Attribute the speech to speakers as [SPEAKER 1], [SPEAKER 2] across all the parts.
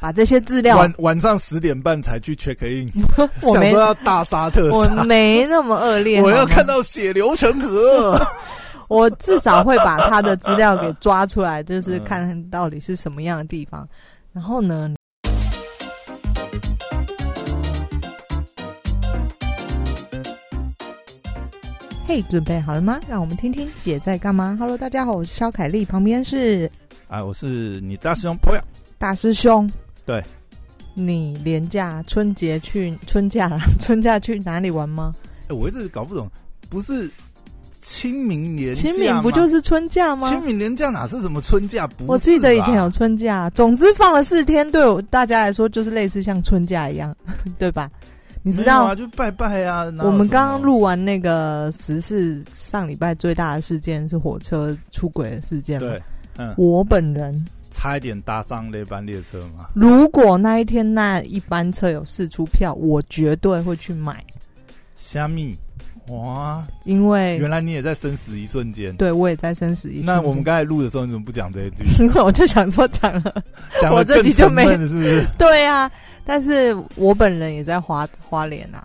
[SPEAKER 1] 把这些资料
[SPEAKER 2] 晚晚上十点半才去 check in，
[SPEAKER 1] 我
[SPEAKER 2] 想
[SPEAKER 1] 没
[SPEAKER 2] 说要大杀特
[SPEAKER 1] 我
[SPEAKER 2] 杀，
[SPEAKER 1] 没那么恶 劣，
[SPEAKER 2] 我要
[SPEAKER 1] 好吗
[SPEAKER 2] 看到血流成河。
[SPEAKER 1] 我至少会把他的资料给抓出来，
[SPEAKER 2] 嗯
[SPEAKER 1] 就是看到底是什么样的地方。然后呢，嘿，准备好了吗？让我们听听姐在干嘛。Hello，大家好，我是肖凯丽，旁边是
[SPEAKER 3] 哎，我是你大师兄朋友，
[SPEAKER 1] 大师兄。
[SPEAKER 3] 对，
[SPEAKER 1] 你廉假春节去春假啦， 春假去哪里玩吗？
[SPEAKER 3] 哎，我一直搞不懂，不是清明年假
[SPEAKER 1] 清
[SPEAKER 3] 吗
[SPEAKER 1] 明不就是春假吗？
[SPEAKER 3] 清明年假哪是什么春假？不是吧，
[SPEAKER 1] 我记得以前有春假，总之放了四天，对我大家来说就是类似像春假一样， 对吧？你
[SPEAKER 3] 没有啊，
[SPEAKER 1] 知道、
[SPEAKER 3] 就拜拜啊。哪有
[SPEAKER 1] 我们
[SPEAKER 3] 什么
[SPEAKER 1] 刚刚录完那个十四上礼拜最大的事件是火车出轨的事件嘛？
[SPEAKER 3] 对，嗯，
[SPEAKER 1] 我本人
[SPEAKER 3] 差一点搭上那班列车嘛。
[SPEAKER 1] 如果那一天那一班车有试出票，我绝对会去买，
[SPEAKER 3] 虾米，哇，
[SPEAKER 1] 因为
[SPEAKER 3] 原来你也在生死一瞬间。
[SPEAKER 1] 对我也在生死一瞬间
[SPEAKER 3] 那我们刚才录的时候，你怎么不讲这一 句？
[SPEAKER 1] 因为我就想说讲了。
[SPEAKER 3] 讲得
[SPEAKER 1] 我这集
[SPEAKER 3] 更
[SPEAKER 1] 就
[SPEAKER 3] 沉
[SPEAKER 1] 没
[SPEAKER 3] 闷，是不是？
[SPEAKER 1] 对啊，但是我本人也在花花莲啊，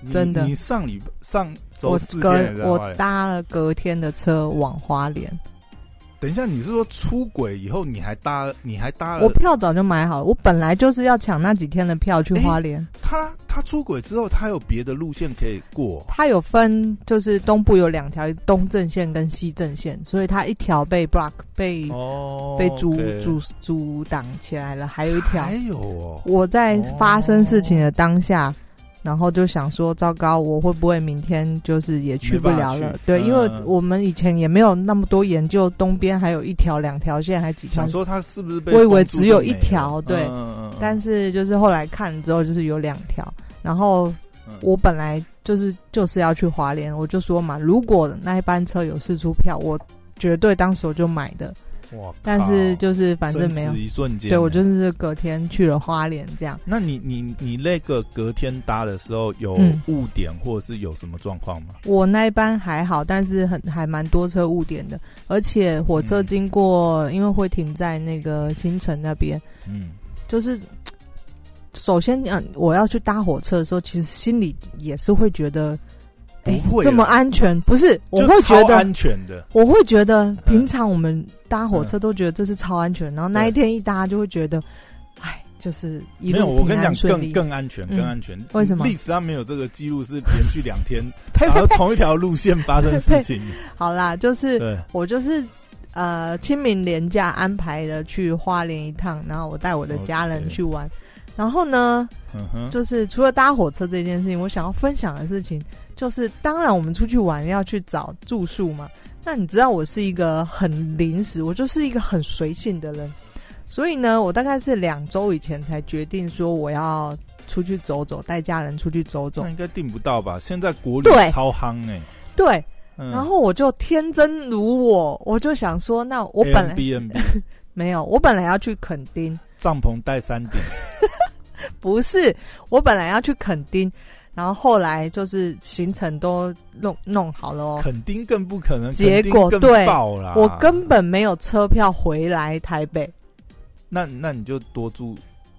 [SPEAKER 3] 你
[SPEAKER 1] 真的
[SPEAKER 3] 你上礼上周
[SPEAKER 1] 我
[SPEAKER 3] 四
[SPEAKER 1] 隔
[SPEAKER 3] 天也在
[SPEAKER 1] 我
[SPEAKER 3] 花莲
[SPEAKER 1] 搭了隔天的车往花莲，
[SPEAKER 3] 等一下，你是说出轨以后你还搭你还搭
[SPEAKER 1] 我
[SPEAKER 3] 了
[SPEAKER 1] 票早就买好了，我本来就是要抢那几天的票去花莲。
[SPEAKER 3] 他？他出轨之后，他有别的路线可以过？
[SPEAKER 1] 它有分，就是东部有两条东正线跟西正线，所以它一条被 block 被、
[SPEAKER 3] 哦
[SPEAKER 1] 嗯被阻
[SPEAKER 3] OK
[SPEAKER 1] 阻阻挡起来了，还有一条
[SPEAKER 3] 还。有哦，
[SPEAKER 1] 我在发生事情的当下。然后就想说，糟糕，我会不会明天就是也去不了了
[SPEAKER 3] 没办法去？
[SPEAKER 1] 对，因为
[SPEAKER 3] 嗯
[SPEAKER 1] 我们以前也没有那么多研究，东边还有一条、两条线，还几条
[SPEAKER 3] 想说他是不是被
[SPEAKER 1] 我以为
[SPEAKER 3] 封住
[SPEAKER 1] 只有
[SPEAKER 3] 就没
[SPEAKER 1] 一
[SPEAKER 3] 了
[SPEAKER 1] 条对
[SPEAKER 3] 嗯嗯嗯
[SPEAKER 1] 但是就是后来看之后，就是有两条。然后
[SPEAKER 3] 嗯
[SPEAKER 1] 我本来就是就是要去华联，我就说嘛，如果那一班车有试出票，我绝对当时我就买的。
[SPEAKER 3] 哇靠，
[SPEAKER 1] 但是就是反正没有
[SPEAKER 3] 生死，一瞬间，
[SPEAKER 1] 对我就是隔天去了花莲这样。
[SPEAKER 3] 那你你你那个隔天搭的时候有
[SPEAKER 1] 嗯
[SPEAKER 3] 误点或者是有什么状况吗？
[SPEAKER 1] 我那一班还好，但是很还蛮多车误点的，而且火车
[SPEAKER 3] 嗯
[SPEAKER 1] 经过，因为会停在那个新城那边，
[SPEAKER 3] 嗯，
[SPEAKER 1] 就是。首先，嗯，我要去搭火车的时候，其实心里也是会觉得哎
[SPEAKER 3] 不会
[SPEAKER 1] 这么
[SPEAKER 3] 啦
[SPEAKER 1] 安全，不是？我
[SPEAKER 3] 就
[SPEAKER 1] 会
[SPEAKER 3] 超
[SPEAKER 1] 觉得，
[SPEAKER 3] 安全嗯的，
[SPEAKER 1] 我会觉得，平常我们搭火车都觉得这是超安全，然后那一
[SPEAKER 3] 对
[SPEAKER 1] 天一搭就会觉得，哎，就是一
[SPEAKER 3] 没有，
[SPEAKER 1] 路
[SPEAKER 3] 我跟
[SPEAKER 1] 平
[SPEAKER 3] 你
[SPEAKER 1] 安
[SPEAKER 3] 讲，
[SPEAKER 1] 顺利
[SPEAKER 3] 更。更安全，
[SPEAKER 1] 嗯
[SPEAKER 3] 更安全。
[SPEAKER 1] 为什么
[SPEAKER 3] 历史上没有这个记录是连续两 天，
[SPEAKER 1] 呸
[SPEAKER 3] 然
[SPEAKER 1] 呸
[SPEAKER 3] 后
[SPEAKER 1] 呸！
[SPEAKER 3] 同一条路线发生 事情。
[SPEAKER 1] 好啦，就是
[SPEAKER 3] 对，
[SPEAKER 1] 我就是呃清明连假安排的去花莲一趟，然后我带
[SPEAKER 3] 哦
[SPEAKER 1] 我的家人
[SPEAKER 3] OK
[SPEAKER 1] 去玩。然后呢，
[SPEAKER 3] 嗯哼，
[SPEAKER 1] 就是除了搭火车这件事情，我想要分享的事情就是，当然我们出去玩要去找住宿嘛。那你知道我是一个很临时，我就是一个很随性的人，所以呢，我大概是两周以前才决定说我要出去走走，带家人出去走走
[SPEAKER 3] 那。应该订不到吧？现在国旅
[SPEAKER 1] 对
[SPEAKER 3] 超夯哎，
[SPEAKER 1] 对，
[SPEAKER 3] 嗯
[SPEAKER 1] 然后我就天真如我，我就想说，那我本来
[SPEAKER 3] B N B
[SPEAKER 1] 没有，我本来要去垦丁，
[SPEAKER 3] 帐篷带山顶，
[SPEAKER 1] 不是，我本来要去垦丁，然后后来就是行程都弄弄好了哦。
[SPEAKER 3] 肯定更不可能，
[SPEAKER 1] 结
[SPEAKER 3] 垦丁
[SPEAKER 1] 果
[SPEAKER 3] 更
[SPEAKER 1] 对
[SPEAKER 3] 爆啦。
[SPEAKER 1] 我根本没有车票回来台北，
[SPEAKER 3] 那那你就多住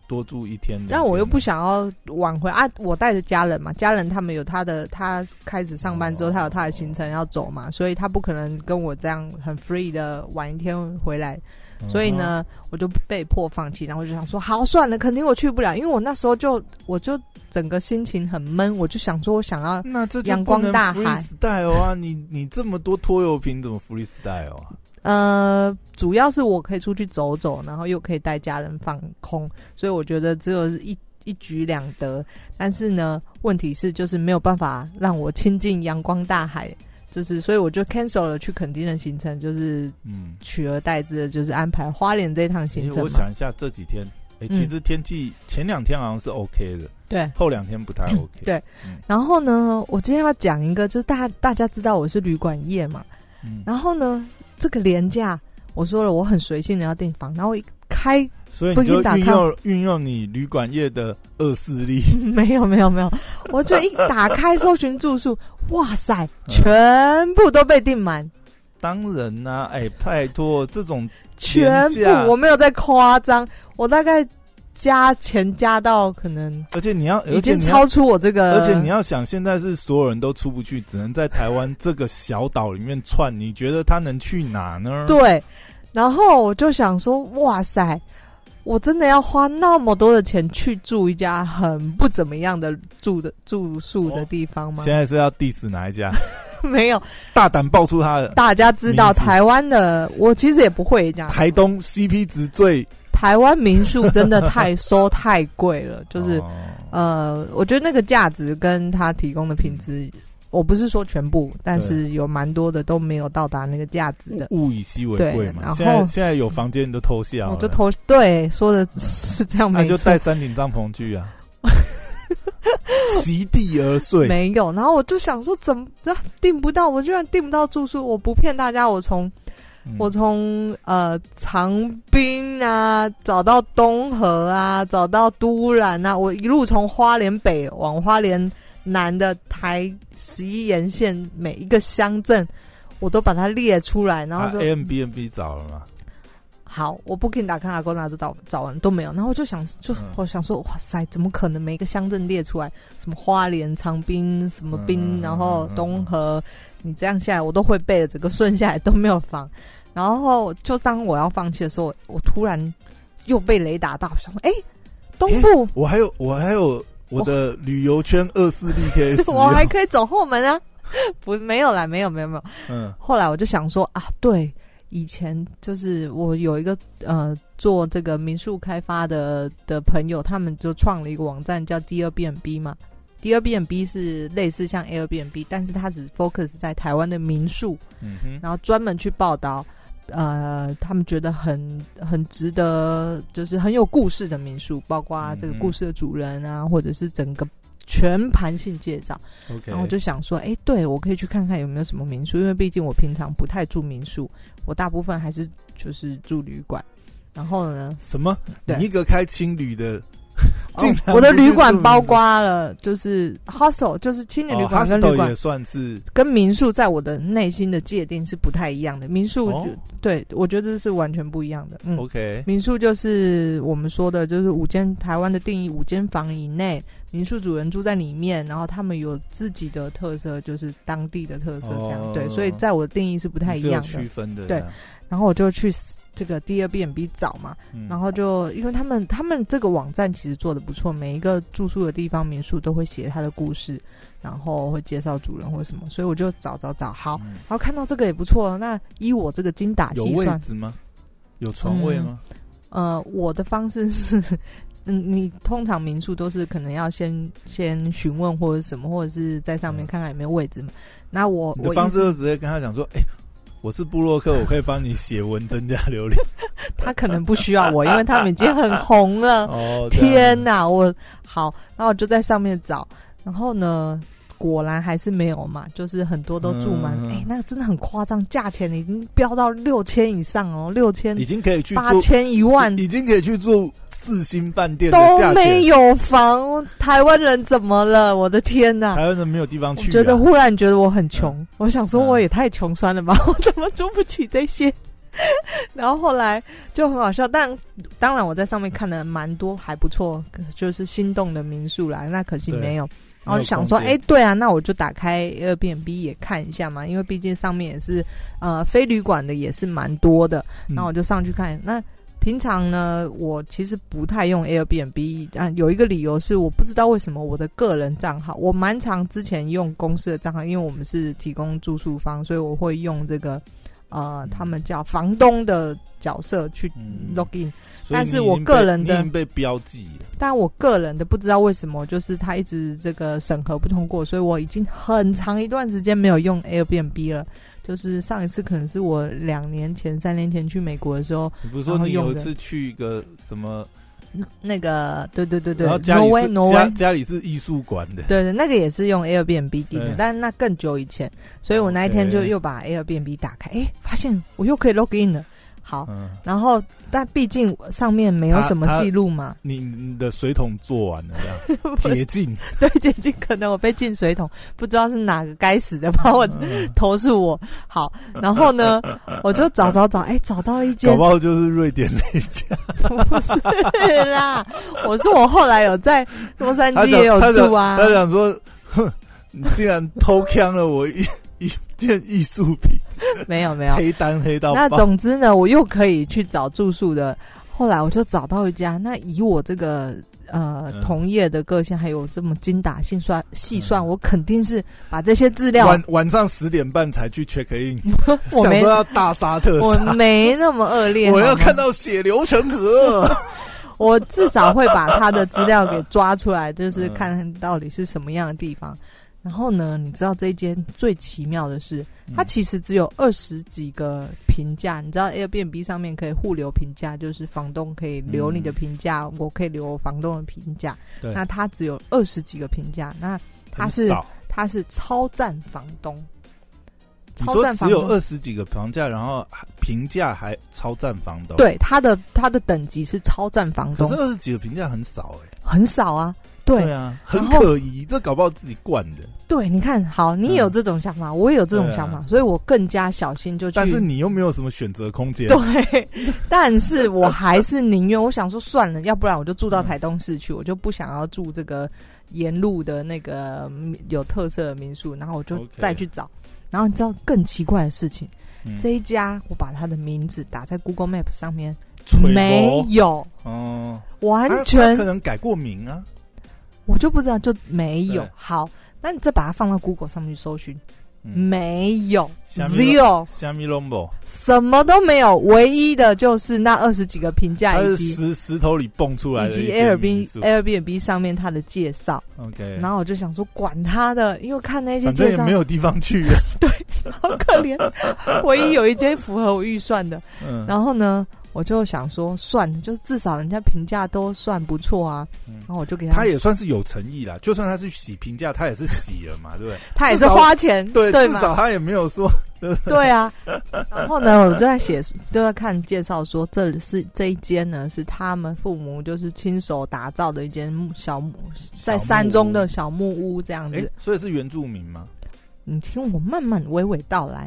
[SPEAKER 3] 多住一天，两
[SPEAKER 1] 但我又
[SPEAKER 3] 天
[SPEAKER 1] 不
[SPEAKER 3] 了
[SPEAKER 1] 想要晚回啊。我带着家人嘛，家人他们有他的，他开始上班之后，
[SPEAKER 3] 哦
[SPEAKER 1] 他有他的行程要走嘛，所以他不可能跟我这样很 free 的晚一天回来。所以，
[SPEAKER 3] 哦
[SPEAKER 1] 呢，我就被迫放弃，然后我就想说，好算了，肯定我去不了，因为我那时候就我就整个心情很闷，我就想说我想要
[SPEAKER 3] 嗯哼那这就
[SPEAKER 1] 阳光大海
[SPEAKER 3] style 啊，你你这么多拖油瓶怎么 freestyle 啊？
[SPEAKER 1] 呃，主要是我可以出去走走，然后又可以带家人放空，所以我觉得只有一一举两得。但是呢，问题是就是没有办法让我亲近阳光大海，就是所以我就 cancel 了去垦丁的行程，就是
[SPEAKER 3] 嗯，
[SPEAKER 1] 取而代之的就是安排花莲这趟
[SPEAKER 3] 其
[SPEAKER 1] 行
[SPEAKER 3] 实
[SPEAKER 1] 程
[SPEAKER 3] 我
[SPEAKER 1] 嘛。
[SPEAKER 3] 想一下这几天，哎，
[SPEAKER 1] 嗯
[SPEAKER 3] 其实天气前两天好像是 OK 的，
[SPEAKER 1] 对，
[SPEAKER 3] 后两天不太 OK。
[SPEAKER 1] 嗯对然后呢，我今天要讲一个，就是大大家知道我是旅馆业嘛，
[SPEAKER 3] 嗯，
[SPEAKER 1] 然后呢，这个廉价，我说了我很随性的要订房，然后我一开
[SPEAKER 3] 所以
[SPEAKER 1] 不
[SPEAKER 3] 你
[SPEAKER 1] 一定
[SPEAKER 3] 就
[SPEAKER 1] 打
[SPEAKER 3] 运
[SPEAKER 1] 开
[SPEAKER 3] 用运用你旅馆业的恶势力，
[SPEAKER 1] 没有没有没有，我就一打开搜寻住 宿，哇塞，
[SPEAKER 3] 嗯
[SPEAKER 1] 全部都被订满，
[SPEAKER 3] 当然啦，哎，拜托，这种
[SPEAKER 1] 全
[SPEAKER 3] 廉价
[SPEAKER 1] 部我没有在夸张，我大概加钱加到可能
[SPEAKER 3] 而且你要，
[SPEAKER 1] 已
[SPEAKER 3] 而且
[SPEAKER 1] 经
[SPEAKER 3] 你
[SPEAKER 1] 超
[SPEAKER 3] 要，
[SPEAKER 1] 出我这个，
[SPEAKER 3] 而且你要想，现在是所有人都出不去，只能在台湾这个小岛里面窜。你觉得他能去哪呢？
[SPEAKER 1] 对，然后我就想说，哇塞，我真的要花那么多的钱去住一家很不怎么样的住的住宿
[SPEAKER 3] 哦
[SPEAKER 1] 的地方吗？
[SPEAKER 3] 现在是要 diss 哪一 家？
[SPEAKER 1] 没有，
[SPEAKER 3] 大胆爆出他的
[SPEAKER 1] 大家知道
[SPEAKER 3] 名字
[SPEAKER 1] 台湾的，我其实也不会讲，
[SPEAKER 3] 台东 CP 值最
[SPEAKER 1] 台湾民宿真的太收太贵 了，就是、
[SPEAKER 3] 哦
[SPEAKER 1] 呃，我觉得那个价值跟它提供的品质。我不是说全部，但
[SPEAKER 3] 对
[SPEAKER 1] 是有蛮多的都没有到达那个价值的。
[SPEAKER 3] 物以稀为贵
[SPEAKER 1] 对
[SPEAKER 3] 嘛。
[SPEAKER 1] 然后
[SPEAKER 3] 现在现在有房间你都偷笑了，
[SPEAKER 1] 我就偷对说的是这样
[SPEAKER 3] 嗯那
[SPEAKER 1] 没
[SPEAKER 3] 就
[SPEAKER 1] 错，
[SPEAKER 3] 带三顶帐篷去啊，席地而睡。
[SPEAKER 1] 没有，然后我就想说怎么啊订不到，我居然订不到住宿，我不骗大家，我从、
[SPEAKER 3] 嗯
[SPEAKER 1] 我从呃长滨啊找到东河啊，找到都兰啊，我一路从花莲北往花莲南的台十一沿线每一个乡镇，我都把它列出来，然后
[SPEAKER 3] 啊
[SPEAKER 1] 就、
[SPEAKER 3] A M B N B 找了嘛，
[SPEAKER 1] 好，我不给你打看阿公拿就找找完都没有，然后我就想就、
[SPEAKER 3] 嗯
[SPEAKER 1] 我想说，哇塞，怎么可能每一个乡镇列出来什么花莲、长滨、什么滨，
[SPEAKER 3] 嗯
[SPEAKER 1] 然后
[SPEAKER 3] 嗯嗯
[SPEAKER 1] 东河，你这样下来我都会背了，整个顺下来都没有防。然后就当我要放弃的时候，我突然又被雷打到，我想说，哎、东部、
[SPEAKER 3] 我还有我还有我的旅游圈二四力可以使 用
[SPEAKER 1] 我还可以走后门啊，不没有啦，没有没有没有。
[SPEAKER 3] 嗯
[SPEAKER 1] 后来我就想说啊，对，以前就是我有一个呃做这个民宿开发的的朋友，他们就创了一个网站叫 d 二 b n b 嘛 d 二 b n b 是类似像 Airbnb，但是它只 focus 在台湾的民宿，
[SPEAKER 3] 嗯哼
[SPEAKER 1] 然后专门去报道，呃，他们觉得很很值得，就是很有故事的民宿，包括这个
[SPEAKER 3] 嗯
[SPEAKER 1] 故事的主人啊，或者是整个全盘性介绍。
[SPEAKER 3] ，OK，
[SPEAKER 1] 然后我就想说，哎、对我可以去看看有没有什么民宿，因为毕竟我平常不太住民宿，我大部分还是就是住旅馆。然后呢，
[SPEAKER 3] 什么？你
[SPEAKER 1] 对
[SPEAKER 3] 一个开青旅的，
[SPEAKER 1] 哦
[SPEAKER 3] 竟然
[SPEAKER 1] 我的
[SPEAKER 3] 不去
[SPEAKER 1] 旅馆
[SPEAKER 3] 住民宿
[SPEAKER 1] 包括了就是 hostel，就是青年旅
[SPEAKER 3] 哦，
[SPEAKER 1] 馆
[SPEAKER 3] 哈
[SPEAKER 1] 跟
[SPEAKER 3] 斯
[SPEAKER 1] 旅
[SPEAKER 3] 豆
[SPEAKER 1] 馆
[SPEAKER 3] 也算是
[SPEAKER 1] 跟民宿在我的内心的界定是不太一样的。民宿就、
[SPEAKER 3] 哦
[SPEAKER 1] 对我觉得是完全不一样的。嗯，
[SPEAKER 3] OK，
[SPEAKER 1] 民宿就是我们说的，就是五间台湾的定义，五间房以内，民宿主人住在里面，然后他们有自己的特色，就是当地的特色这样。
[SPEAKER 3] 哦
[SPEAKER 1] 对，所以在我的定义是不太一
[SPEAKER 3] 是有
[SPEAKER 1] 样的
[SPEAKER 3] 区。分的，
[SPEAKER 1] 对，然后我就去这个第二 b n b 找嘛，
[SPEAKER 3] 嗯
[SPEAKER 1] 然后就因为他们他们这个网站其实做的不错，每一个住宿的地方民宿都会写他的故事，然后会介绍主人或什么，所以我就找找找，好，
[SPEAKER 3] 嗯
[SPEAKER 1] 然后看到这个也不错，那依我这个精打
[SPEAKER 3] 有
[SPEAKER 1] 细
[SPEAKER 3] 位
[SPEAKER 1] 算，嗯
[SPEAKER 3] 置吗？有床位吗？
[SPEAKER 1] 呃，我的方式是， 嗯，你通常民宿都是可能要先先询问或者什么，或者是在上面看看有没有位置嘛。那我
[SPEAKER 3] 嗯你
[SPEAKER 1] 我
[SPEAKER 3] 的
[SPEAKER 1] 意
[SPEAKER 3] 方式
[SPEAKER 1] 思
[SPEAKER 3] 就直接跟他讲说，哎、我是布洛克，我可以帮你写文增加流 量。
[SPEAKER 1] 他可能不需要我，因为他们已经很红了。
[SPEAKER 3] 哦，这样
[SPEAKER 1] 天！哪，我好，然后我就在上面找，然后呢，果然还是没有嘛，就是很多都住满，
[SPEAKER 3] 嗯
[SPEAKER 1] 哎、那个真的很夸张，价钱已经飙到六千以上哦，六千
[SPEAKER 3] 已、经可以去
[SPEAKER 1] 八
[SPEAKER 3] 住
[SPEAKER 1] 千、一万
[SPEAKER 3] 已经可以去住四星饭店的价
[SPEAKER 1] 都没
[SPEAKER 3] 钱。
[SPEAKER 1] 有房，台湾人怎么了？我的天哪！
[SPEAKER 3] 台湾人没有地方
[SPEAKER 1] 我
[SPEAKER 3] 去、啊，
[SPEAKER 1] 觉得忽然觉得我很穷，我想说
[SPEAKER 3] 嗯
[SPEAKER 1] 我也太穷酸了吧，我怎么住不起这些？ 然后后来就很好笑，但当然我在上面看了蛮多还不错，可就是心动的民宿啦，那可惜
[SPEAKER 3] 对
[SPEAKER 1] 没有。然
[SPEAKER 3] 没有
[SPEAKER 1] 后就想说，
[SPEAKER 3] 空
[SPEAKER 1] 哎、
[SPEAKER 3] 间
[SPEAKER 1] 对啊，那我就打开 Airbnb 也看一下嘛，因为毕竟上面也是呃非旅馆的也是蛮多的，
[SPEAKER 3] 嗯
[SPEAKER 1] 那我就上去看。那平常呢，我其实不太用 Airbnb 啊，有一个理由是我不知道为什么我的个人账号，我蛮常之前用公司的账号，因为我们是提供住宿方，所以我会用这个呃，他们叫房东的角色去
[SPEAKER 3] 嗯
[SPEAKER 1] login，、
[SPEAKER 3] 所以
[SPEAKER 1] 但是
[SPEAKER 3] 你已
[SPEAKER 1] 我
[SPEAKER 3] 经
[SPEAKER 1] 个
[SPEAKER 3] 被
[SPEAKER 1] 人的
[SPEAKER 3] 你已经被标记了，
[SPEAKER 1] 但我个人的不知道为什么，就是他一直这个审核不通过，所以我已经很长一段时间没有用 Airbnb 了。就是上一次可能是我两年前、三年前去美国的时候，
[SPEAKER 3] 你不是说
[SPEAKER 1] 然后
[SPEAKER 3] 你有
[SPEAKER 1] 用
[SPEAKER 3] 一
[SPEAKER 1] 的
[SPEAKER 3] 次去一个什么，
[SPEAKER 1] 那个对对对对
[SPEAKER 3] 然后，家
[SPEAKER 1] 挪
[SPEAKER 3] 里
[SPEAKER 1] 威
[SPEAKER 3] 是
[SPEAKER 1] 挪
[SPEAKER 3] 家
[SPEAKER 1] 威，
[SPEAKER 3] 家里是艺术馆的，
[SPEAKER 1] 对对，那个也是用 Airbnb 订的
[SPEAKER 3] 对，哦
[SPEAKER 1] 但那更久以前，所以我那一天就
[SPEAKER 3] OK
[SPEAKER 1] 又把 Airbnb 打开，哎，发现我又可以 login 了。好，
[SPEAKER 3] 嗯，
[SPEAKER 1] 然后但毕竟上面没有
[SPEAKER 3] 他
[SPEAKER 1] 什么
[SPEAKER 3] 他
[SPEAKER 1] 记录嘛，
[SPEAKER 3] 你你的水桶做完了这 样，解禁，
[SPEAKER 1] 对，就已经可能我被进水桶，不知道是哪个该死的把我
[SPEAKER 3] 嗯
[SPEAKER 1] 投诉我。好，然后 呢，我就找找找，哎、找到一间
[SPEAKER 3] 搞不好就是瑞典那 家，
[SPEAKER 1] 不是啦，我说我后来有在洛杉矶
[SPEAKER 3] 他想
[SPEAKER 1] 也有
[SPEAKER 3] 他想
[SPEAKER 1] 住啊，
[SPEAKER 3] 他想说，哼，你竟然偷抢了我一 一件艺术品，
[SPEAKER 1] 没有没有。
[SPEAKER 3] 黑单黑到
[SPEAKER 1] 那
[SPEAKER 3] 爆
[SPEAKER 1] 总之呢，我又可以去找住宿的。后来我就找到一家，那以我这个呃、
[SPEAKER 3] 嗯
[SPEAKER 1] 同业的个性，还有这么精打细算细算，
[SPEAKER 3] 嗯
[SPEAKER 1] 我肯定是把这些资料
[SPEAKER 3] 晚晚上十点半才去 check in，
[SPEAKER 1] 我
[SPEAKER 3] 想
[SPEAKER 1] 没
[SPEAKER 3] 说要大杀特
[SPEAKER 1] 我
[SPEAKER 3] 杀，
[SPEAKER 1] 没那么恶劣，
[SPEAKER 3] 我要
[SPEAKER 1] 好吗
[SPEAKER 3] 看到血流成河。
[SPEAKER 1] 我至少会把他的资料给抓出来，
[SPEAKER 3] 嗯
[SPEAKER 1] 就是看到底是什么样的地方。然后呢，你知道这一间最奇妙的是，
[SPEAKER 3] 嗯
[SPEAKER 1] 它其实只有二十几个评价。你知道 Airbnb 上面可以互留评价，就是房东可以留你的评价，我可以留我房东的评价。
[SPEAKER 3] 嗯对
[SPEAKER 1] 那它只有二十几个评价，那它是
[SPEAKER 3] 很少
[SPEAKER 1] 它是超赞房东，
[SPEAKER 3] 你
[SPEAKER 1] 超
[SPEAKER 3] 说
[SPEAKER 1] 赞
[SPEAKER 3] 只
[SPEAKER 1] 房
[SPEAKER 3] 有
[SPEAKER 1] 东
[SPEAKER 3] 二。十几个房价，然后还评价还超赞房东，，
[SPEAKER 1] 对，它的它的等级是超赞房
[SPEAKER 3] 可
[SPEAKER 1] 东
[SPEAKER 3] 是，二十几个评价很少哎、
[SPEAKER 1] 很少啊。对，
[SPEAKER 3] 啊，
[SPEAKER 1] 然
[SPEAKER 3] 很
[SPEAKER 1] 后
[SPEAKER 3] 可疑，这搞不好自己惯的，
[SPEAKER 1] 对，你看，好，你也有这种想法，我也有这种想法，
[SPEAKER 3] 嗯对啊
[SPEAKER 1] 所以我更加小心就去。
[SPEAKER 3] 但是你又没有什么选择空间，
[SPEAKER 1] 对，但是我还是宁愿，我想说算了，要不然我就住到台东市去，我就不想要住这个沿路的那个嗯有特色的民宿，然后我就
[SPEAKER 3] OK
[SPEAKER 1] 再去找。然后你知道更奇怪的事情，
[SPEAKER 3] 嗯
[SPEAKER 1] 这一家我把他的名字打在 Google Map 上面，
[SPEAKER 3] 吹
[SPEAKER 1] 没
[SPEAKER 3] 毛
[SPEAKER 1] 有，
[SPEAKER 3] 哦，
[SPEAKER 1] 完
[SPEAKER 3] 他
[SPEAKER 1] 全
[SPEAKER 3] 他可能改过名啊，
[SPEAKER 1] 我就不知道就没有
[SPEAKER 3] 对。
[SPEAKER 1] 好，那你再把它放到 Google 上面去搜寻，
[SPEAKER 3] 嗯，
[SPEAKER 1] 没有
[SPEAKER 3] 下面有
[SPEAKER 1] ，zero。
[SPEAKER 3] 虾米 lombo，
[SPEAKER 1] 什么都没有，唯一的就是那二十几个评价
[SPEAKER 3] 他
[SPEAKER 1] 以
[SPEAKER 3] 是
[SPEAKER 1] 及
[SPEAKER 3] 石石头里蹦出来
[SPEAKER 1] 以
[SPEAKER 3] 的一
[SPEAKER 1] 及
[SPEAKER 3] 间民
[SPEAKER 1] Airbnb
[SPEAKER 3] 宿
[SPEAKER 1] Airbnb 上面它的介绍，
[SPEAKER 3] ，OK，
[SPEAKER 1] 然后我就想说管他的，因为看那些
[SPEAKER 3] 反正
[SPEAKER 1] 介
[SPEAKER 3] 也
[SPEAKER 1] 绍
[SPEAKER 3] 没有地方去，
[SPEAKER 1] 好可怜，唯一有一间符合我预算的。
[SPEAKER 3] 嗯，
[SPEAKER 1] 然后呢，我就想说算了，就是至少人家评价都算不错啊，
[SPEAKER 3] 嗯
[SPEAKER 1] 然后我就给
[SPEAKER 3] 他
[SPEAKER 1] 也
[SPEAKER 3] 也算是有诚意啦，就算他是洗评价，他也是洗了嘛，对 不对？
[SPEAKER 1] 他也
[SPEAKER 3] 至
[SPEAKER 1] 是
[SPEAKER 3] 少
[SPEAKER 1] 花钱，
[SPEAKER 3] 对，
[SPEAKER 1] 对
[SPEAKER 3] 至
[SPEAKER 1] 吗？
[SPEAKER 3] 少他也没有说
[SPEAKER 1] 对 啊，然后呢，我就在写，就在看介绍说，这里是这一间呢是他们父母就是亲手打造的一间木小木，在山中的小木屋这样
[SPEAKER 3] 哎
[SPEAKER 1] 子。，
[SPEAKER 3] 所以是原住民吗？
[SPEAKER 1] 你听我慢慢娓娓道来，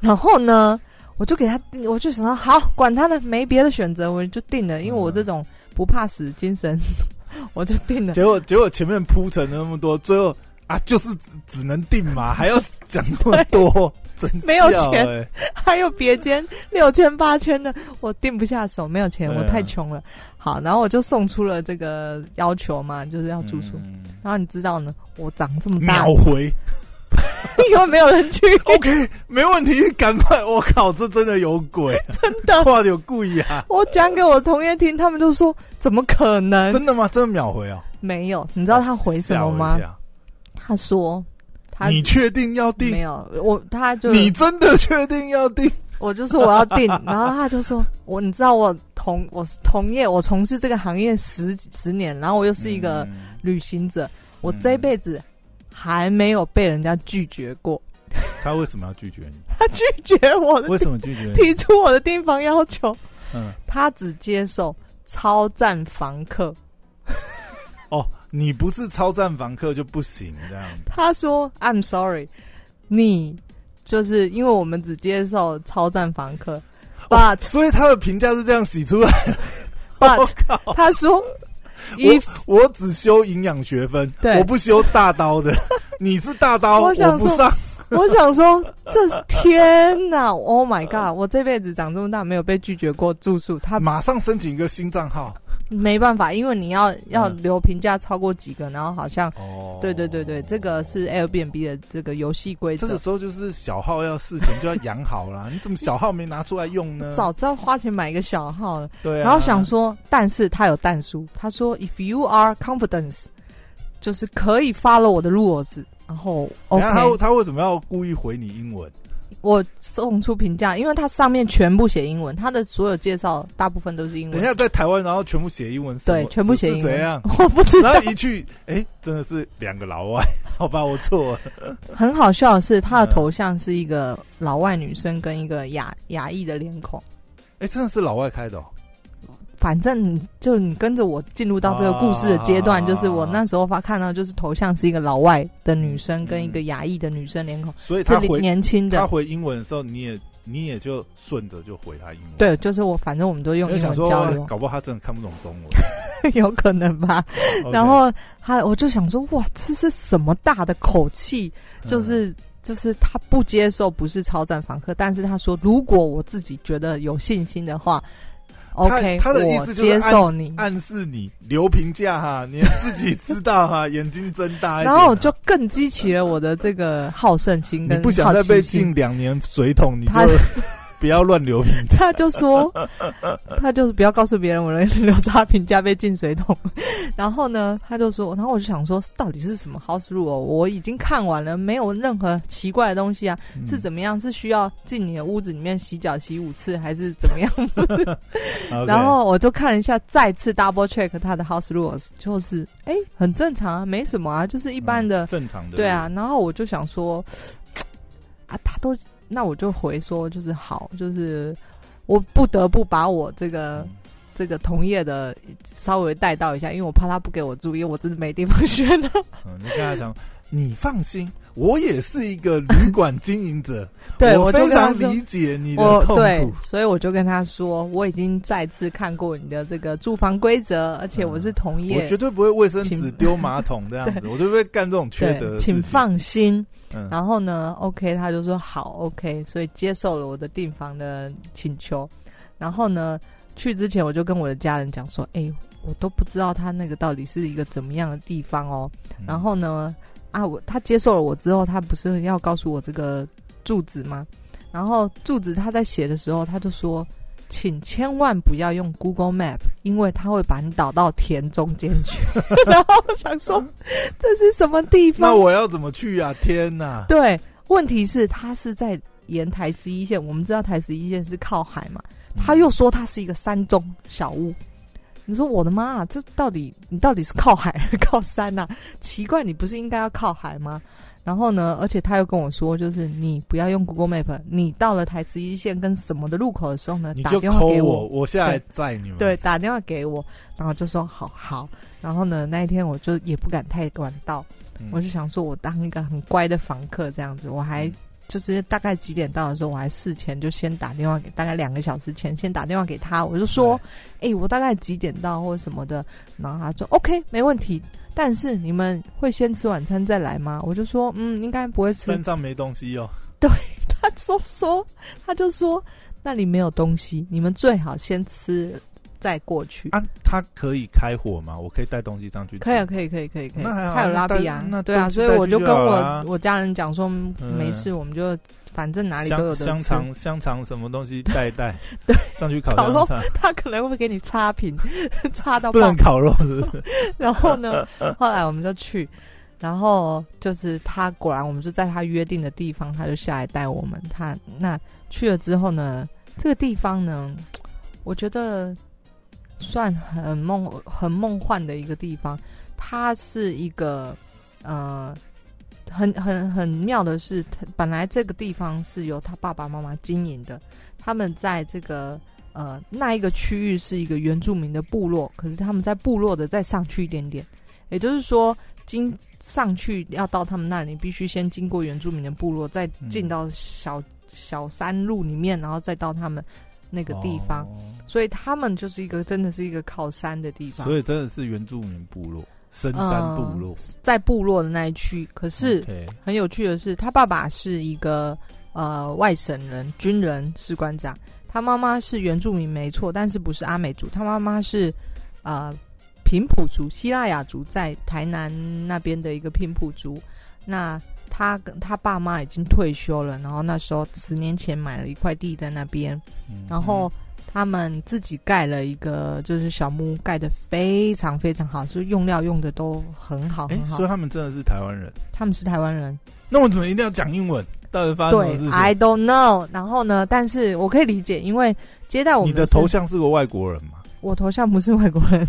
[SPEAKER 1] 然后呢，我就给他，我就想到好，管他的，没别的选择，我就定了，因为我
[SPEAKER 3] 嗯
[SPEAKER 1] 这种不怕死精神， 我就定了。
[SPEAKER 3] 结果结果前面铺陈了那么多，最后啊，就是只只能定 嘛，还要讲那么多，真是
[SPEAKER 1] 没有
[SPEAKER 3] 要
[SPEAKER 1] 钱
[SPEAKER 3] 欸
[SPEAKER 1] 还有别间六千八千的，我定不下手，没有钱，
[SPEAKER 3] 对啊
[SPEAKER 1] 我太穷了。好，然后我就送出了这个要求嘛，就是要哦住宿。
[SPEAKER 3] 嗯
[SPEAKER 1] 然后你知道呢，我长这么大
[SPEAKER 3] 秒，回
[SPEAKER 1] 因为没有人 去，
[SPEAKER 3] ，OK，没问题，赶快！我靠，这真的有鬼，
[SPEAKER 1] 真的。
[SPEAKER 3] 话有故意啊？
[SPEAKER 1] 我讲给我同学听，他们就说怎么可能
[SPEAKER 3] 真的吗？真的秒回啊？
[SPEAKER 1] 没有？你知道他回什么
[SPEAKER 3] 吓
[SPEAKER 1] 吗
[SPEAKER 3] 我一？跳
[SPEAKER 1] 他说他
[SPEAKER 3] 你确定要
[SPEAKER 1] 没
[SPEAKER 3] 定？
[SPEAKER 1] 有，我他就
[SPEAKER 3] 你真的确定要定？
[SPEAKER 1] 我就说我要订， 然后他就说我你知道我同我是同业，我从事这个行业十十年，然后我又是一个
[SPEAKER 3] 嗯，
[SPEAKER 1] 旅行者，我这辈子还没有被人家拒绝过，
[SPEAKER 3] 他为什么要拒绝 你？
[SPEAKER 1] 他拒绝我的
[SPEAKER 3] 为什么拒绝你？
[SPEAKER 1] 提出我的订房要求，
[SPEAKER 3] 嗯，
[SPEAKER 1] 他只接受超赞房客。
[SPEAKER 3] 哦，你不是超赞房客就不行这样子。
[SPEAKER 1] 他说：“I'm sorry，你就是因为我们只接受超赞房 客，but
[SPEAKER 3] 所以他的评价是这样洗出来。 我
[SPEAKER 1] but
[SPEAKER 3] 靠！
[SPEAKER 1] 他说，if
[SPEAKER 3] 我只修营养学分，
[SPEAKER 1] 对
[SPEAKER 3] 我不修大刀的。 你是大 刀，
[SPEAKER 1] 我
[SPEAKER 3] 我
[SPEAKER 1] 想
[SPEAKER 3] 不
[SPEAKER 1] 说
[SPEAKER 3] 上。
[SPEAKER 1] 我想说，这天哪，Oh my god！我这辈子长这么大没有被拒绝过住宿，他
[SPEAKER 3] 马上申请一个新账号。
[SPEAKER 1] 没办法，因为你要要
[SPEAKER 3] 嗯
[SPEAKER 1] 留评价超过几个，然后好像。”
[SPEAKER 3] 哦
[SPEAKER 1] 对对对对，这个是 Airbnb 的这个游戏规
[SPEAKER 3] 这
[SPEAKER 1] 则。
[SPEAKER 3] 个时候就是小号要事情就要养好啦。 你怎么小号没拿出来用呢？
[SPEAKER 1] 早知道花钱买一个小号了，
[SPEAKER 3] 对、啊，
[SPEAKER 1] 然后想说，但是他有淡书，他说 if you are confidence，就是可以 follow 我的 rules。然后
[SPEAKER 3] 等
[SPEAKER 1] OK，
[SPEAKER 3] 一下他他为什么要故意回你英文？
[SPEAKER 1] 我送出评价，因为它上面全部写英文，它的所有介绍大部分都是英
[SPEAKER 3] 等一
[SPEAKER 1] 文。
[SPEAKER 3] 下在台湾，然后全部写英文，
[SPEAKER 1] 嗯对
[SPEAKER 3] 什么
[SPEAKER 1] 全部写
[SPEAKER 3] 是
[SPEAKER 1] 英文
[SPEAKER 3] 怎样？
[SPEAKER 1] 我不知
[SPEAKER 3] 然
[SPEAKER 1] 道
[SPEAKER 3] 后，一去，哎、真的是两个老外，好吧，我错了。
[SPEAKER 1] 很好笑的是，他的
[SPEAKER 3] 嗯
[SPEAKER 1] 头像是一个老外女生跟一个亚亚裔的脸孔，
[SPEAKER 3] 哎，真的是老外开的哦，
[SPEAKER 1] 反正就你跟着我进入到这个故事的阶段，
[SPEAKER 3] 啊
[SPEAKER 1] 就是我那时候发看到，就是头像是一个老外的女生
[SPEAKER 3] 嗯
[SPEAKER 1] 跟一个亚裔的女生脸孔，
[SPEAKER 3] 所以他
[SPEAKER 1] 是
[SPEAKER 3] 回
[SPEAKER 1] 年轻
[SPEAKER 3] 他
[SPEAKER 1] 的，
[SPEAKER 3] 回英文的时候，你也你也就顺着就回他英文，，
[SPEAKER 1] 对，就是我，反正我们都用
[SPEAKER 3] 就
[SPEAKER 1] 英
[SPEAKER 3] 想
[SPEAKER 1] 文
[SPEAKER 3] 说哎
[SPEAKER 1] 交流，
[SPEAKER 3] 搞不好他真的看不懂中文
[SPEAKER 1] 有可能吧。
[SPEAKER 3] OK，
[SPEAKER 1] 然后他，我就想说，哇，这是什么大的口气？
[SPEAKER 3] 嗯
[SPEAKER 1] 就是就是他不接受不是超战访客，但是他说如果我自己觉得有信心的话，OK，
[SPEAKER 3] 他的意
[SPEAKER 1] 我
[SPEAKER 3] 思就是
[SPEAKER 1] 接受你。
[SPEAKER 3] 暗示你留评价哈，你自己知 道哈，眼睛睁大一点
[SPEAKER 1] 然
[SPEAKER 3] 啊。
[SPEAKER 1] 后我就更激起了我的这个好胜心
[SPEAKER 3] 你
[SPEAKER 1] 跟
[SPEAKER 3] 不想
[SPEAKER 1] 好
[SPEAKER 3] 再
[SPEAKER 1] 奇
[SPEAKER 3] 被
[SPEAKER 1] 心
[SPEAKER 3] 禁两年水桶，你就
[SPEAKER 1] 他
[SPEAKER 3] 不要乱留评价。
[SPEAKER 1] 他就说，他就是不要告诉别人我的留差评价被进水桶。 然后呢，他就说，然后我就想说，到底是什么 house rule？、哦、我已经看完了，没有任何奇怪的东西啊，
[SPEAKER 3] 嗯
[SPEAKER 1] 是怎么样？是需要进你的屋子里面洗脚洗五次，还是怎么样？
[SPEAKER 3] 嗯 OK
[SPEAKER 1] 然后我就看了一下，再次 double check 他的 house rules，就是哎、诶很正常啊，没什么啊，就是一般的
[SPEAKER 3] 嗯正常的
[SPEAKER 1] 对啊，，然后我就想说，啊，他都那我就回说，就是好，就是我不得不把我这个
[SPEAKER 3] 嗯
[SPEAKER 1] 这个同业的稍微带到一下，因为我怕他不给我住，因为我真的没地方选 了。
[SPEAKER 3] 嗯，你跟他讲， 你放心，我也是一个 旅馆经营者，
[SPEAKER 1] 对，
[SPEAKER 3] 我
[SPEAKER 1] 就
[SPEAKER 3] 非
[SPEAKER 1] 跟他
[SPEAKER 3] 常
[SPEAKER 1] 说
[SPEAKER 3] 理。解你的
[SPEAKER 1] 我
[SPEAKER 3] 痛
[SPEAKER 1] 对
[SPEAKER 3] 苦，。
[SPEAKER 1] 所以我就跟他说，我已经再次看过你的这个住房规则，而且我是同业，
[SPEAKER 3] 我绝对不会卫生
[SPEAKER 1] 请
[SPEAKER 3] 纸丢马桶 这样子，我就不会干这种缺德
[SPEAKER 1] 对，
[SPEAKER 3] 的事情。
[SPEAKER 1] 请放心。
[SPEAKER 3] 嗯，
[SPEAKER 1] 然后呢，OK，他就说好，OK，所以接受了我的订房的请求。然后呢，去之前我就跟我的家人讲说，哎、我都不知道他那个到底是一个怎么样的地方哦。
[SPEAKER 3] 嗯
[SPEAKER 1] 然后呢，啊，我他接受了我之后，他不是要告诉我这个住址吗？然后住址他在写的时候，他就说。请千万不要用 Google Map，因为它会把你导到田中间 去。然后我想说，这是什么地方？
[SPEAKER 3] 那我要怎么去啊？天哪！
[SPEAKER 1] 对，问题是他是在沿台十一线，我们知道台十一线是靠海嘛，
[SPEAKER 3] 嗯
[SPEAKER 1] 他又说他是一个山中小屋。你说我的妈、啊，这到底你到底是靠海还是靠山呐、奇怪，你不是应该要靠海吗？然后呢，而且他又跟我说，就是你不要用 Google Map，你到了台十一线跟什么的路口的时候呢，
[SPEAKER 3] 你
[SPEAKER 1] 打
[SPEAKER 3] 就
[SPEAKER 1] 电话
[SPEAKER 3] 抠
[SPEAKER 1] 给
[SPEAKER 3] 我，我下来载你们。
[SPEAKER 1] 对，，打电话给我，然后就说好好。然后呢，那一天我就也不敢太晚到，
[SPEAKER 3] 嗯
[SPEAKER 1] 我就想说我当一个很乖的房客这样子，我还。就是大概几点到的时候，我还事前就先打电话给，大概两个小时前先打电话给他，我就说，哎、我大概几点到或者什么的，然后他说 OK 没问题，但是你们会先吃晚餐再来吗？我就说，嗯，应该不会嗯吃
[SPEAKER 3] 身上没东西哦。
[SPEAKER 1] 他说说，他就说那里没有东西，你们最好先吃再过去。
[SPEAKER 3] 啊，他可以开火吗？我可以带东西上去煮。
[SPEAKER 1] 可以啊，可以，可以，可以，可以。
[SPEAKER 3] 那还好
[SPEAKER 1] 有拉比
[SPEAKER 3] 那带
[SPEAKER 1] 啊
[SPEAKER 3] 那，
[SPEAKER 1] 对啊，
[SPEAKER 3] 东西
[SPEAKER 1] 所以我就跟
[SPEAKER 3] 带去就好
[SPEAKER 1] 我、
[SPEAKER 3] 了啊
[SPEAKER 1] 我家人讲说，嗯没事，我们就反正哪里都有的
[SPEAKER 3] 香香
[SPEAKER 1] 吃。
[SPEAKER 3] 肠、香肠什么东西带一带，
[SPEAKER 1] 对，
[SPEAKER 3] 上去烤
[SPEAKER 1] 烤肉
[SPEAKER 3] 香肠，
[SPEAKER 1] 他可能会给你差评， 差到
[SPEAKER 3] 不
[SPEAKER 1] 爆
[SPEAKER 3] 能。烤肉是不是？
[SPEAKER 1] 然后呢，后来我们就去，然后就是他果然，我们就在他约定的地方，他就下来带我们。他那去了之后呢，这个地方呢，我觉得算很梦很梦幻的一个地方。它是一个呃，很很很妙的是，它本来这个地方是由他爸爸妈妈经营的，他们在这个呃那一个区域是一个原住民的部落，可是他们在部落的再上去一点点，也就是说。经上去要到他们那里，必须先经过原住民的部落，再进
[SPEAKER 3] 嗯
[SPEAKER 1] 到小、小山路里面，然后再到他们那个地方。
[SPEAKER 3] 哦
[SPEAKER 1] 所以他们就是一个真的是一个靠山的地方，
[SPEAKER 3] 所以真的是原住民部落，深山部落。
[SPEAKER 1] 在部落的那一区。可嗯是
[SPEAKER 3] OK，
[SPEAKER 1] 很有趣的是，他爸爸是一个呃外省人，军人士官长，他妈妈是原住民没错，但是不是阿美族，他妈妈是呃平埔族，希腊雅族在台南那边的一个平埔族。那他跟他爸妈已经退休了，然后那时候十年前买了一块地在那边，
[SPEAKER 3] 嗯
[SPEAKER 1] 然后他们自己盖了一个，就是小木屋，盖的非常非常好，就是用料用的都很好
[SPEAKER 3] 哎
[SPEAKER 1] 很，好
[SPEAKER 3] 所以。他们真的是台湾人。
[SPEAKER 1] 他们是台湾人，
[SPEAKER 3] 那我怎么一定要讲英文？到底发生什
[SPEAKER 1] 对哎
[SPEAKER 3] 么事
[SPEAKER 1] ，I
[SPEAKER 3] 情？
[SPEAKER 1] don't know。然后呢，但是我可以理解，因为接待我
[SPEAKER 3] 你
[SPEAKER 1] 们
[SPEAKER 3] 的
[SPEAKER 1] 是
[SPEAKER 3] 头，像是个外国人嘛？
[SPEAKER 1] 我头像不是外国人，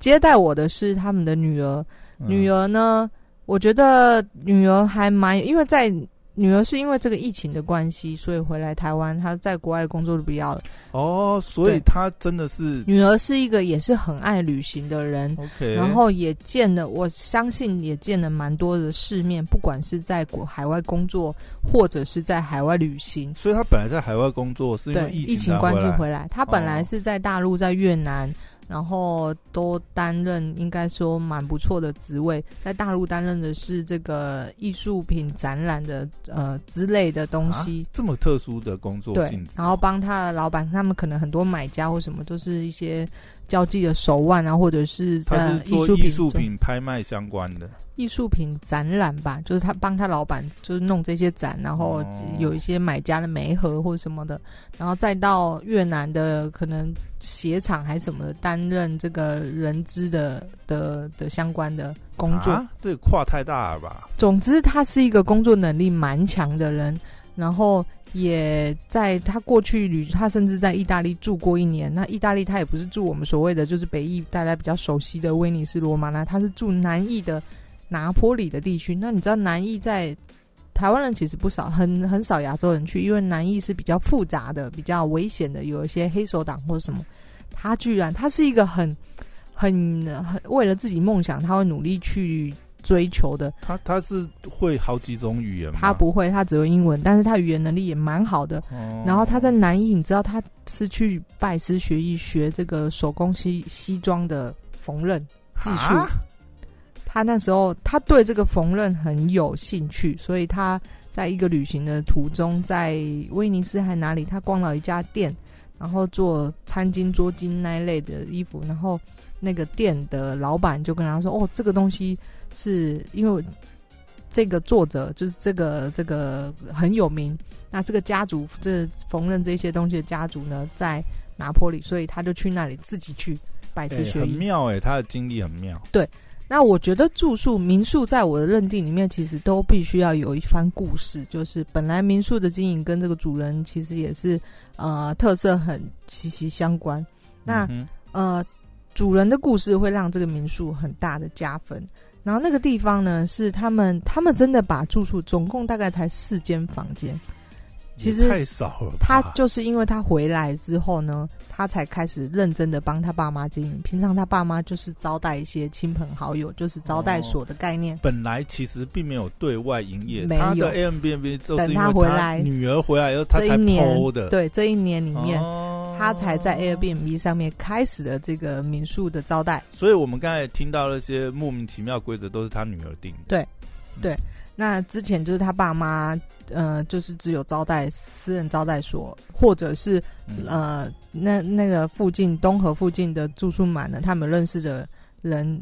[SPEAKER 1] 接待我的是他
[SPEAKER 3] 嗯
[SPEAKER 1] 们的女儿。女
[SPEAKER 3] 儿
[SPEAKER 1] 儿呢，我觉得女儿还蛮，因为在女儿是因为这个疫情的关系，所以回来台湾，她在国外的工作就不要了。
[SPEAKER 3] 哦，所以
[SPEAKER 1] 对
[SPEAKER 3] 他真的是
[SPEAKER 1] 女儿是一个也是很爱旅行的人，
[SPEAKER 3] OK，
[SPEAKER 1] 然后也见了，我相信也见了蛮多的世面，不管是在国海外工作，或者是在海外旅行。
[SPEAKER 3] 所以他本来在海外工作，是因
[SPEAKER 1] 对
[SPEAKER 3] 为
[SPEAKER 1] 疫
[SPEAKER 3] 情才
[SPEAKER 1] 关系
[SPEAKER 3] 来
[SPEAKER 1] 回来，她本来是在大陆，在越南。然后都担任应该说蛮不错的职位，在大陆担任的是这个艺术品展览的呃之类的东西，
[SPEAKER 3] 这么特殊的工作
[SPEAKER 1] 对
[SPEAKER 3] 性质，，
[SPEAKER 1] 然后帮他的老板，他们可能很多买家或什么都是一些交际的手腕啊，或者是
[SPEAKER 3] 他
[SPEAKER 1] 在
[SPEAKER 3] 是做
[SPEAKER 1] 术
[SPEAKER 3] 艺
[SPEAKER 1] 品
[SPEAKER 3] 术
[SPEAKER 1] 中
[SPEAKER 3] 品拍卖相关的，
[SPEAKER 1] 艺术品展览吧，就是他帮他老板就是弄这些展，然后
[SPEAKER 3] 哦
[SPEAKER 1] 有一些买家的媒合或什么的，然后再到越南的可能鞋厂还是什么的担任这个人资的的的相关的工作，
[SPEAKER 3] 啊，这个跨太大了吧？
[SPEAKER 1] 总之，他是一个工作能力蛮强的人，然后也在他过去旅，他甚至在意大利住过一年。那意大利他也不是住我们所谓的就是北意大家比较熟悉的威尼斯、罗马那，他是住南意的拿坡里的地区。那你知道南意在台湾人其实不少，很 很少亚洲人去，因为南意是比较复杂的、比较危险的，有一些黑手党或什么。他居然，他是一个很很很为了自己梦想，他会努力去追求的。
[SPEAKER 3] 他他是会好几种语言吗？
[SPEAKER 1] 他，不会，他只会英文，但是他语言能力也蛮好
[SPEAKER 3] 哦
[SPEAKER 1] 的。然后他在南艺，你知道他是去拜师学艺，学这个手工西西装的缝纫技术。
[SPEAKER 3] 啊
[SPEAKER 1] 他那时候他对这个缝纫很有兴趣，所以他在一个旅行的途中，在威尼斯还哪里，他逛到一家店，然后做餐巾、桌巾那一类的衣服，然后那个店的老板就跟他说：“哦，这个东西是因为我这个作者就是这个这个很有名，那这个家族这缝纫这些东西的家族呢，在拿坡里，所以他就去那里自己去拜
[SPEAKER 3] 哎
[SPEAKER 1] 师学
[SPEAKER 3] 很
[SPEAKER 1] 艺。
[SPEAKER 3] 妙哎，他的经历很妙，
[SPEAKER 1] 那我觉得住宿民宿在我的认定里面，其实都必须要有一番故事。就是本来民宿的经营跟这个主人其实也是呃特色很息息相关。那
[SPEAKER 3] 嗯哼
[SPEAKER 1] 呃主人的故事会让这个民宿很大的加分。然后那个地方呢，是他们他们真的把住宿总共大概才四间房间，其实
[SPEAKER 3] 也太少了吧，
[SPEAKER 1] 他就是因为他回来之后呢，他才开始认真的帮他爸妈经营。平常他爸妈就是招待一些亲朋好友，就是招待
[SPEAKER 3] 哦
[SPEAKER 1] 所的概念。
[SPEAKER 3] 本来其实并没有对外营业，
[SPEAKER 1] 没有
[SPEAKER 3] 他的 a m b n b 就是
[SPEAKER 1] 等
[SPEAKER 3] 因
[SPEAKER 1] 他回
[SPEAKER 3] 为
[SPEAKER 1] 来
[SPEAKER 3] 女儿回来以后，他
[SPEAKER 1] 这一
[SPEAKER 3] 才
[SPEAKER 1] 年
[SPEAKER 3] 剖的，，
[SPEAKER 1] 对，这一年里面，
[SPEAKER 3] 哦
[SPEAKER 1] 他才在 Airbnb 上面开始了这个民宿的招待。
[SPEAKER 3] 所以我们刚才听到那些莫名其妙的规则都是他女儿定的。
[SPEAKER 1] 对那之前就是他爸妈，呃，就是只有招待私人招待所，或者是
[SPEAKER 3] 嗯
[SPEAKER 1] 呃，那那个附近东河附近的住宿满了，他们认识的人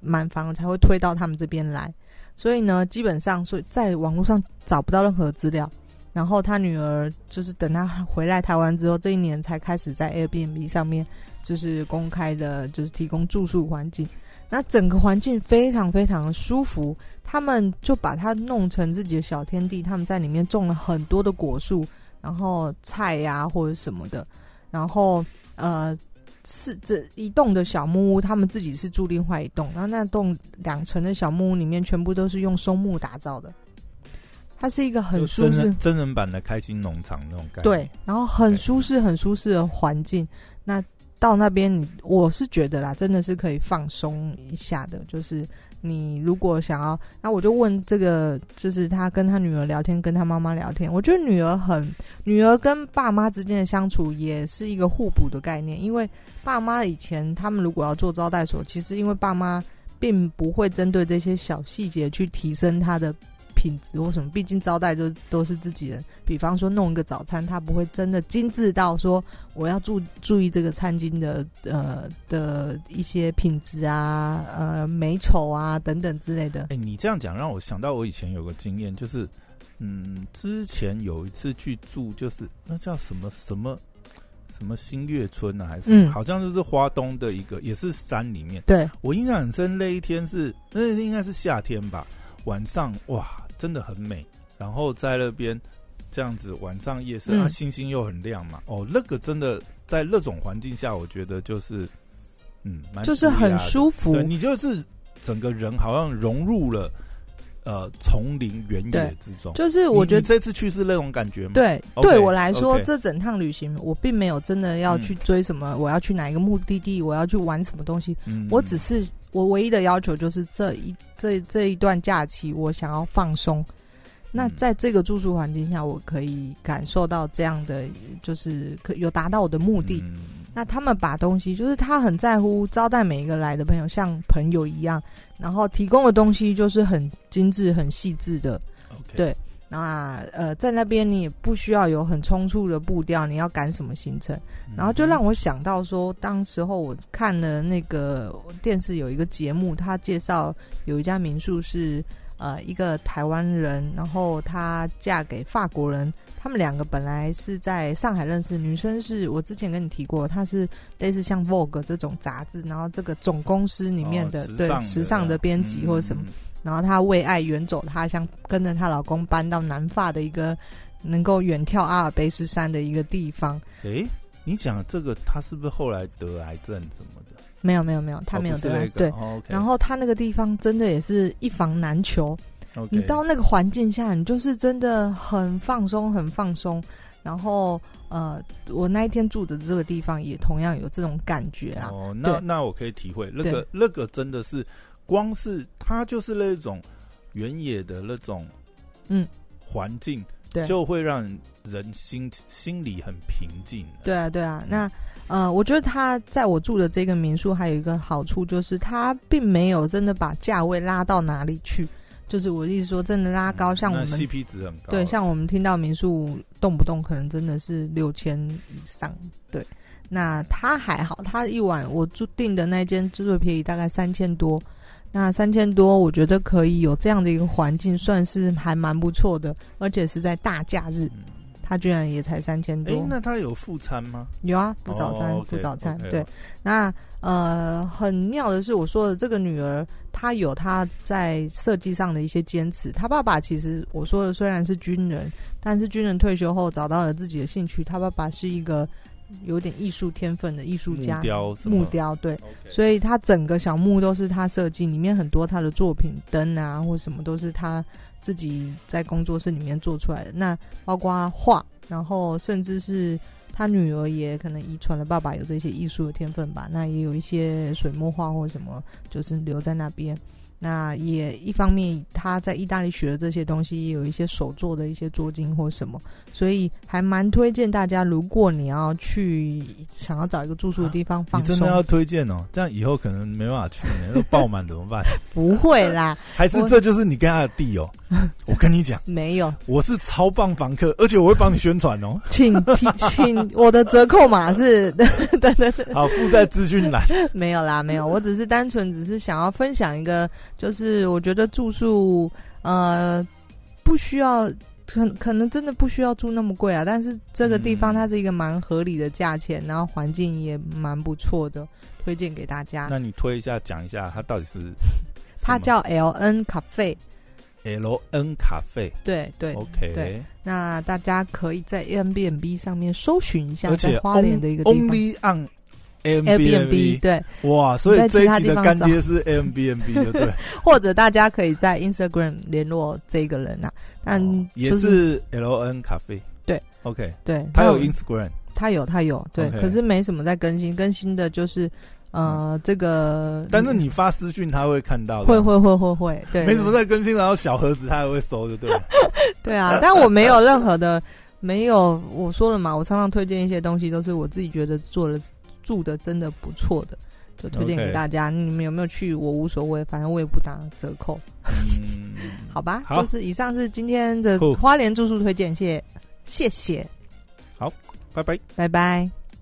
[SPEAKER 1] 满房了才会推到他们这边来。所以呢，基本上所以在网络上找不到任何资料。然后他女儿就是等他回来台湾之后，这一年才开始在 Airbnb 上面就是公开的，就是提供住宿环境。那整个环境非常非常的舒服，他们就把它弄成自己的小天地。他们在里面种了很多的果树，然后菜呀、或者什么的，然后呃是这一栋的小木屋，他们自己是住另外一栋，然后那栋两层的小木屋里面全部都是用松木打造的，它是一个很
[SPEAKER 3] 就
[SPEAKER 1] 舒
[SPEAKER 3] 真
[SPEAKER 1] 适
[SPEAKER 3] 人，真人版的开心农场那种感觉。
[SPEAKER 1] 对，然后很
[SPEAKER 3] 对
[SPEAKER 1] 舒适很舒适的环境，那。到那边你，我是觉得啦，真的是可以放松一下的。就是你如果想要，那我就问这个，就是他跟他女儿聊天，跟他妈妈聊天。我觉得女儿很女儿跟爸妈之间的相处也是一个互补的概念，因为爸妈以前他们如果要做招待所，其实因为爸妈并不会针对这些小细节去提升他的品质或什么，毕竟招待就都是自己人。比方说弄一个早餐，他不会真的精致到说我要注注意这个餐巾的呃的一些品质啊、呃美丑啊等等之类的。
[SPEAKER 3] 哎、你这样讲让我想到我以前有个经验，就是，嗯，之前有一次去住，就是那叫什么什么什么新月村啊，还是什么、
[SPEAKER 1] 嗯
[SPEAKER 3] 好像就是花东的一个，也是山里面。
[SPEAKER 1] 对，
[SPEAKER 3] 我印象很深，那一天是那应该是夏天吧，晚上哇，真的很美。然后在那边这样子晚上夜色，
[SPEAKER 1] 嗯
[SPEAKER 3] 啊，星星又很亮嘛，哦，那个真的在那种环境下，我觉得就是，嗯，蛮
[SPEAKER 1] 就是很
[SPEAKER 3] 舒压的
[SPEAKER 1] 舒服
[SPEAKER 3] 对。你就是整个人好像融入了呃丛林原野之中。
[SPEAKER 1] 就是我觉
[SPEAKER 3] 你
[SPEAKER 1] 得。
[SPEAKER 3] 你这次去是那种感觉吗？，
[SPEAKER 1] 对
[SPEAKER 3] 嗯 OK，
[SPEAKER 1] 对我来说
[SPEAKER 3] OK 嗯
[SPEAKER 1] 这整趟旅行我并没有真的要去追什么，我要去哪一个目的地，我要去玩什么东西。
[SPEAKER 3] 嗯
[SPEAKER 1] 我只是我唯一的要求就是这一这这一段假期，我想要放松。那
[SPEAKER 3] 嗯
[SPEAKER 1] 在这个住宿环境下，我可以感受到这样的，就是可有达到我的目的。
[SPEAKER 3] 嗯
[SPEAKER 1] 那他们把东西，就是他很在乎招待每一个来的朋友，像朋友一样，然后提供的东西就是很精致、很细致的。
[SPEAKER 3] OK
[SPEAKER 1] 对那呃，在那边你也不需要有很冲突的步调，你要赶什么行程？
[SPEAKER 3] 嗯
[SPEAKER 1] 然后就让我想到说，当时候我看了那个电视有一个节目，他介绍有一家民宿是呃一个台湾人，然后她嫁给法国人，他们两个本来是在上海认识，女生是我之前跟你提过，她是类似像 Vogue 这种杂志，然后这个总公司里面的、嗯
[SPEAKER 3] 哦
[SPEAKER 1] 对时尚的编辑或者什么，，
[SPEAKER 3] 嗯
[SPEAKER 1] 然后她为爱远走他乡，跟着她老公搬到南法的一个能够远眺阿尔卑斯山的一个地方。
[SPEAKER 3] 哎、诶你讲这个他是不是后来得癌症什么的？
[SPEAKER 1] 没有没有没有，他
[SPEAKER 3] 哦
[SPEAKER 1] 没有
[SPEAKER 3] 不是
[SPEAKER 1] 得癌、
[SPEAKER 3] 那个
[SPEAKER 1] 对。
[SPEAKER 3] 哦，OK
[SPEAKER 1] 然后他那个地方真的也是一房难求，
[SPEAKER 3] OK
[SPEAKER 1] 你到那个环境下，你就是真的很放松，很放松。然后呃，我那一天住的这个地方也同样有这种感觉啊。
[SPEAKER 3] 哦，那
[SPEAKER 1] 对
[SPEAKER 3] 那我可以体会，那
[SPEAKER 1] 对
[SPEAKER 3] 个那个真的是，光是它就是那种原野的那种，
[SPEAKER 1] 嗯，
[SPEAKER 3] 环境，
[SPEAKER 1] 对
[SPEAKER 3] 就会让人心心里很平静、
[SPEAKER 1] 对啊，对啊。那呃，我觉得他在我住的这个民宿还有一个好处，就是他并没有真的把价位拉到哪里去，就是我意思说，真的拉高，像我
[SPEAKER 3] 嗯那
[SPEAKER 1] 们
[SPEAKER 3] CP 值很高，
[SPEAKER 1] 对，像我们听到民宿动不动可能真的是六千以上，对。那他还好，他一晚我住订的那间最便宜大概三千多，那三千多我觉得可以有这样的一个环境，算是还蛮不错的，而且是在大假日，
[SPEAKER 3] 嗯，
[SPEAKER 1] 他居然也才三千
[SPEAKER 3] 哎、
[SPEAKER 1] 多。
[SPEAKER 3] 那它有副餐吗？
[SPEAKER 1] 有啊，不早餐，
[SPEAKER 3] 哦
[SPEAKER 1] 不早餐
[SPEAKER 3] OK，OK，
[SPEAKER 1] 对。那呃，很妙的是，我说的这个女儿，她有她在设计上的一些坚持。她爸爸其实我说的虽然是军人，但是军人退休后找到了自己的兴趣。他爸爸是一个有点艺术天分的艺术
[SPEAKER 3] 木
[SPEAKER 1] 家，
[SPEAKER 3] 雕什么
[SPEAKER 1] 木雕对。
[SPEAKER 3] ，OK，
[SPEAKER 1] 所以他整个小木都是他设计，里面很多他的作品灯啊，或什么都是他自己在工作室里面做出来的。那包括画，然后甚至是他女儿也可能遗传了爸爸有这些艺术的天分吧。那也有一些水墨画或什么，就是留在那边。那也一方面他在意大利学的这些东西，也有一些手做的一些捉襟或什么，所以还蛮推荐大家，如果你要去想要找一个住宿的地方放
[SPEAKER 3] 你
[SPEAKER 1] 松，
[SPEAKER 3] 真的要推荐哦，这样以后可能没办法去， 那爆满怎 么办？
[SPEAKER 1] 不会啦，
[SPEAKER 2] 还是
[SPEAKER 1] 我
[SPEAKER 2] 这就是你跟他的地 哦？我跟你讲，
[SPEAKER 1] 没有，
[SPEAKER 2] 我是超棒房客，而且我会帮你宣传哦。
[SPEAKER 1] 请 提，请我的折扣码是等等等，
[SPEAKER 2] 好，附在资讯栏。
[SPEAKER 1] 没有啦，没 有，我只是单纯只是想要分享一个，就是我觉得住宿呃不需要。可可能真的不需要住那么贵啊，但是这个地方
[SPEAKER 3] 嗯
[SPEAKER 1] 它是一个蛮合理的价钱，然后环境也蛮不错的，推荐给大家。
[SPEAKER 3] 那你推一下，讲一下它到底 是
[SPEAKER 1] 啊它叫 L N Cafe，
[SPEAKER 3] L N 咖啡
[SPEAKER 1] 对对，
[SPEAKER 3] ，OK，
[SPEAKER 1] 对那大家可以在 Airbnb 上面搜寻一下，
[SPEAKER 2] 而且
[SPEAKER 1] 在花莲的一个地方
[SPEAKER 2] Only on
[SPEAKER 1] Airbnb，
[SPEAKER 2] Airbnb，
[SPEAKER 1] 对，
[SPEAKER 2] 哇！所以这一集的干
[SPEAKER 1] 你
[SPEAKER 2] 爹是 Airbnb 对不 对？
[SPEAKER 1] 或者大家可以在 Instagram 联络这个人啊。但、
[SPEAKER 3] 哦也
[SPEAKER 1] 就是
[SPEAKER 3] L N 咖啡，
[SPEAKER 1] 对
[SPEAKER 3] ，OK，
[SPEAKER 1] 对，
[SPEAKER 3] 它有
[SPEAKER 1] 他
[SPEAKER 3] Instagram，
[SPEAKER 1] 他有他有对
[SPEAKER 3] OK
[SPEAKER 1] 可是没什么在更新，更新的就是呃、这个，
[SPEAKER 2] 嗯但是你发私讯他会看到的，
[SPEAKER 1] 会会会会会对，
[SPEAKER 2] 没什么在更新，然后小盒子他还会收，对不 对了？
[SPEAKER 1] 对啊，但我没有任何的，没有我说了嘛，我常常推荐一些东西都是我自己觉得做的住的真的不错的。就推荐
[SPEAKER 3] OK
[SPEAKER 1] 给大家你们有没有去我无所谓，反正我也不打折扣，
[SPEAKER 3] 嗯，
[SPEAKER 1] 好吧？
[SPEAKER 3] 好
[SPEAKER 1] 就是以上是今天的
[SPEAKER 3] 酷
[SPEAKER 1] 花莲住宿推荐，谢谢谢，
[SPEAKER 3] 拜拜。
[SPEAKER 1] 拜拜。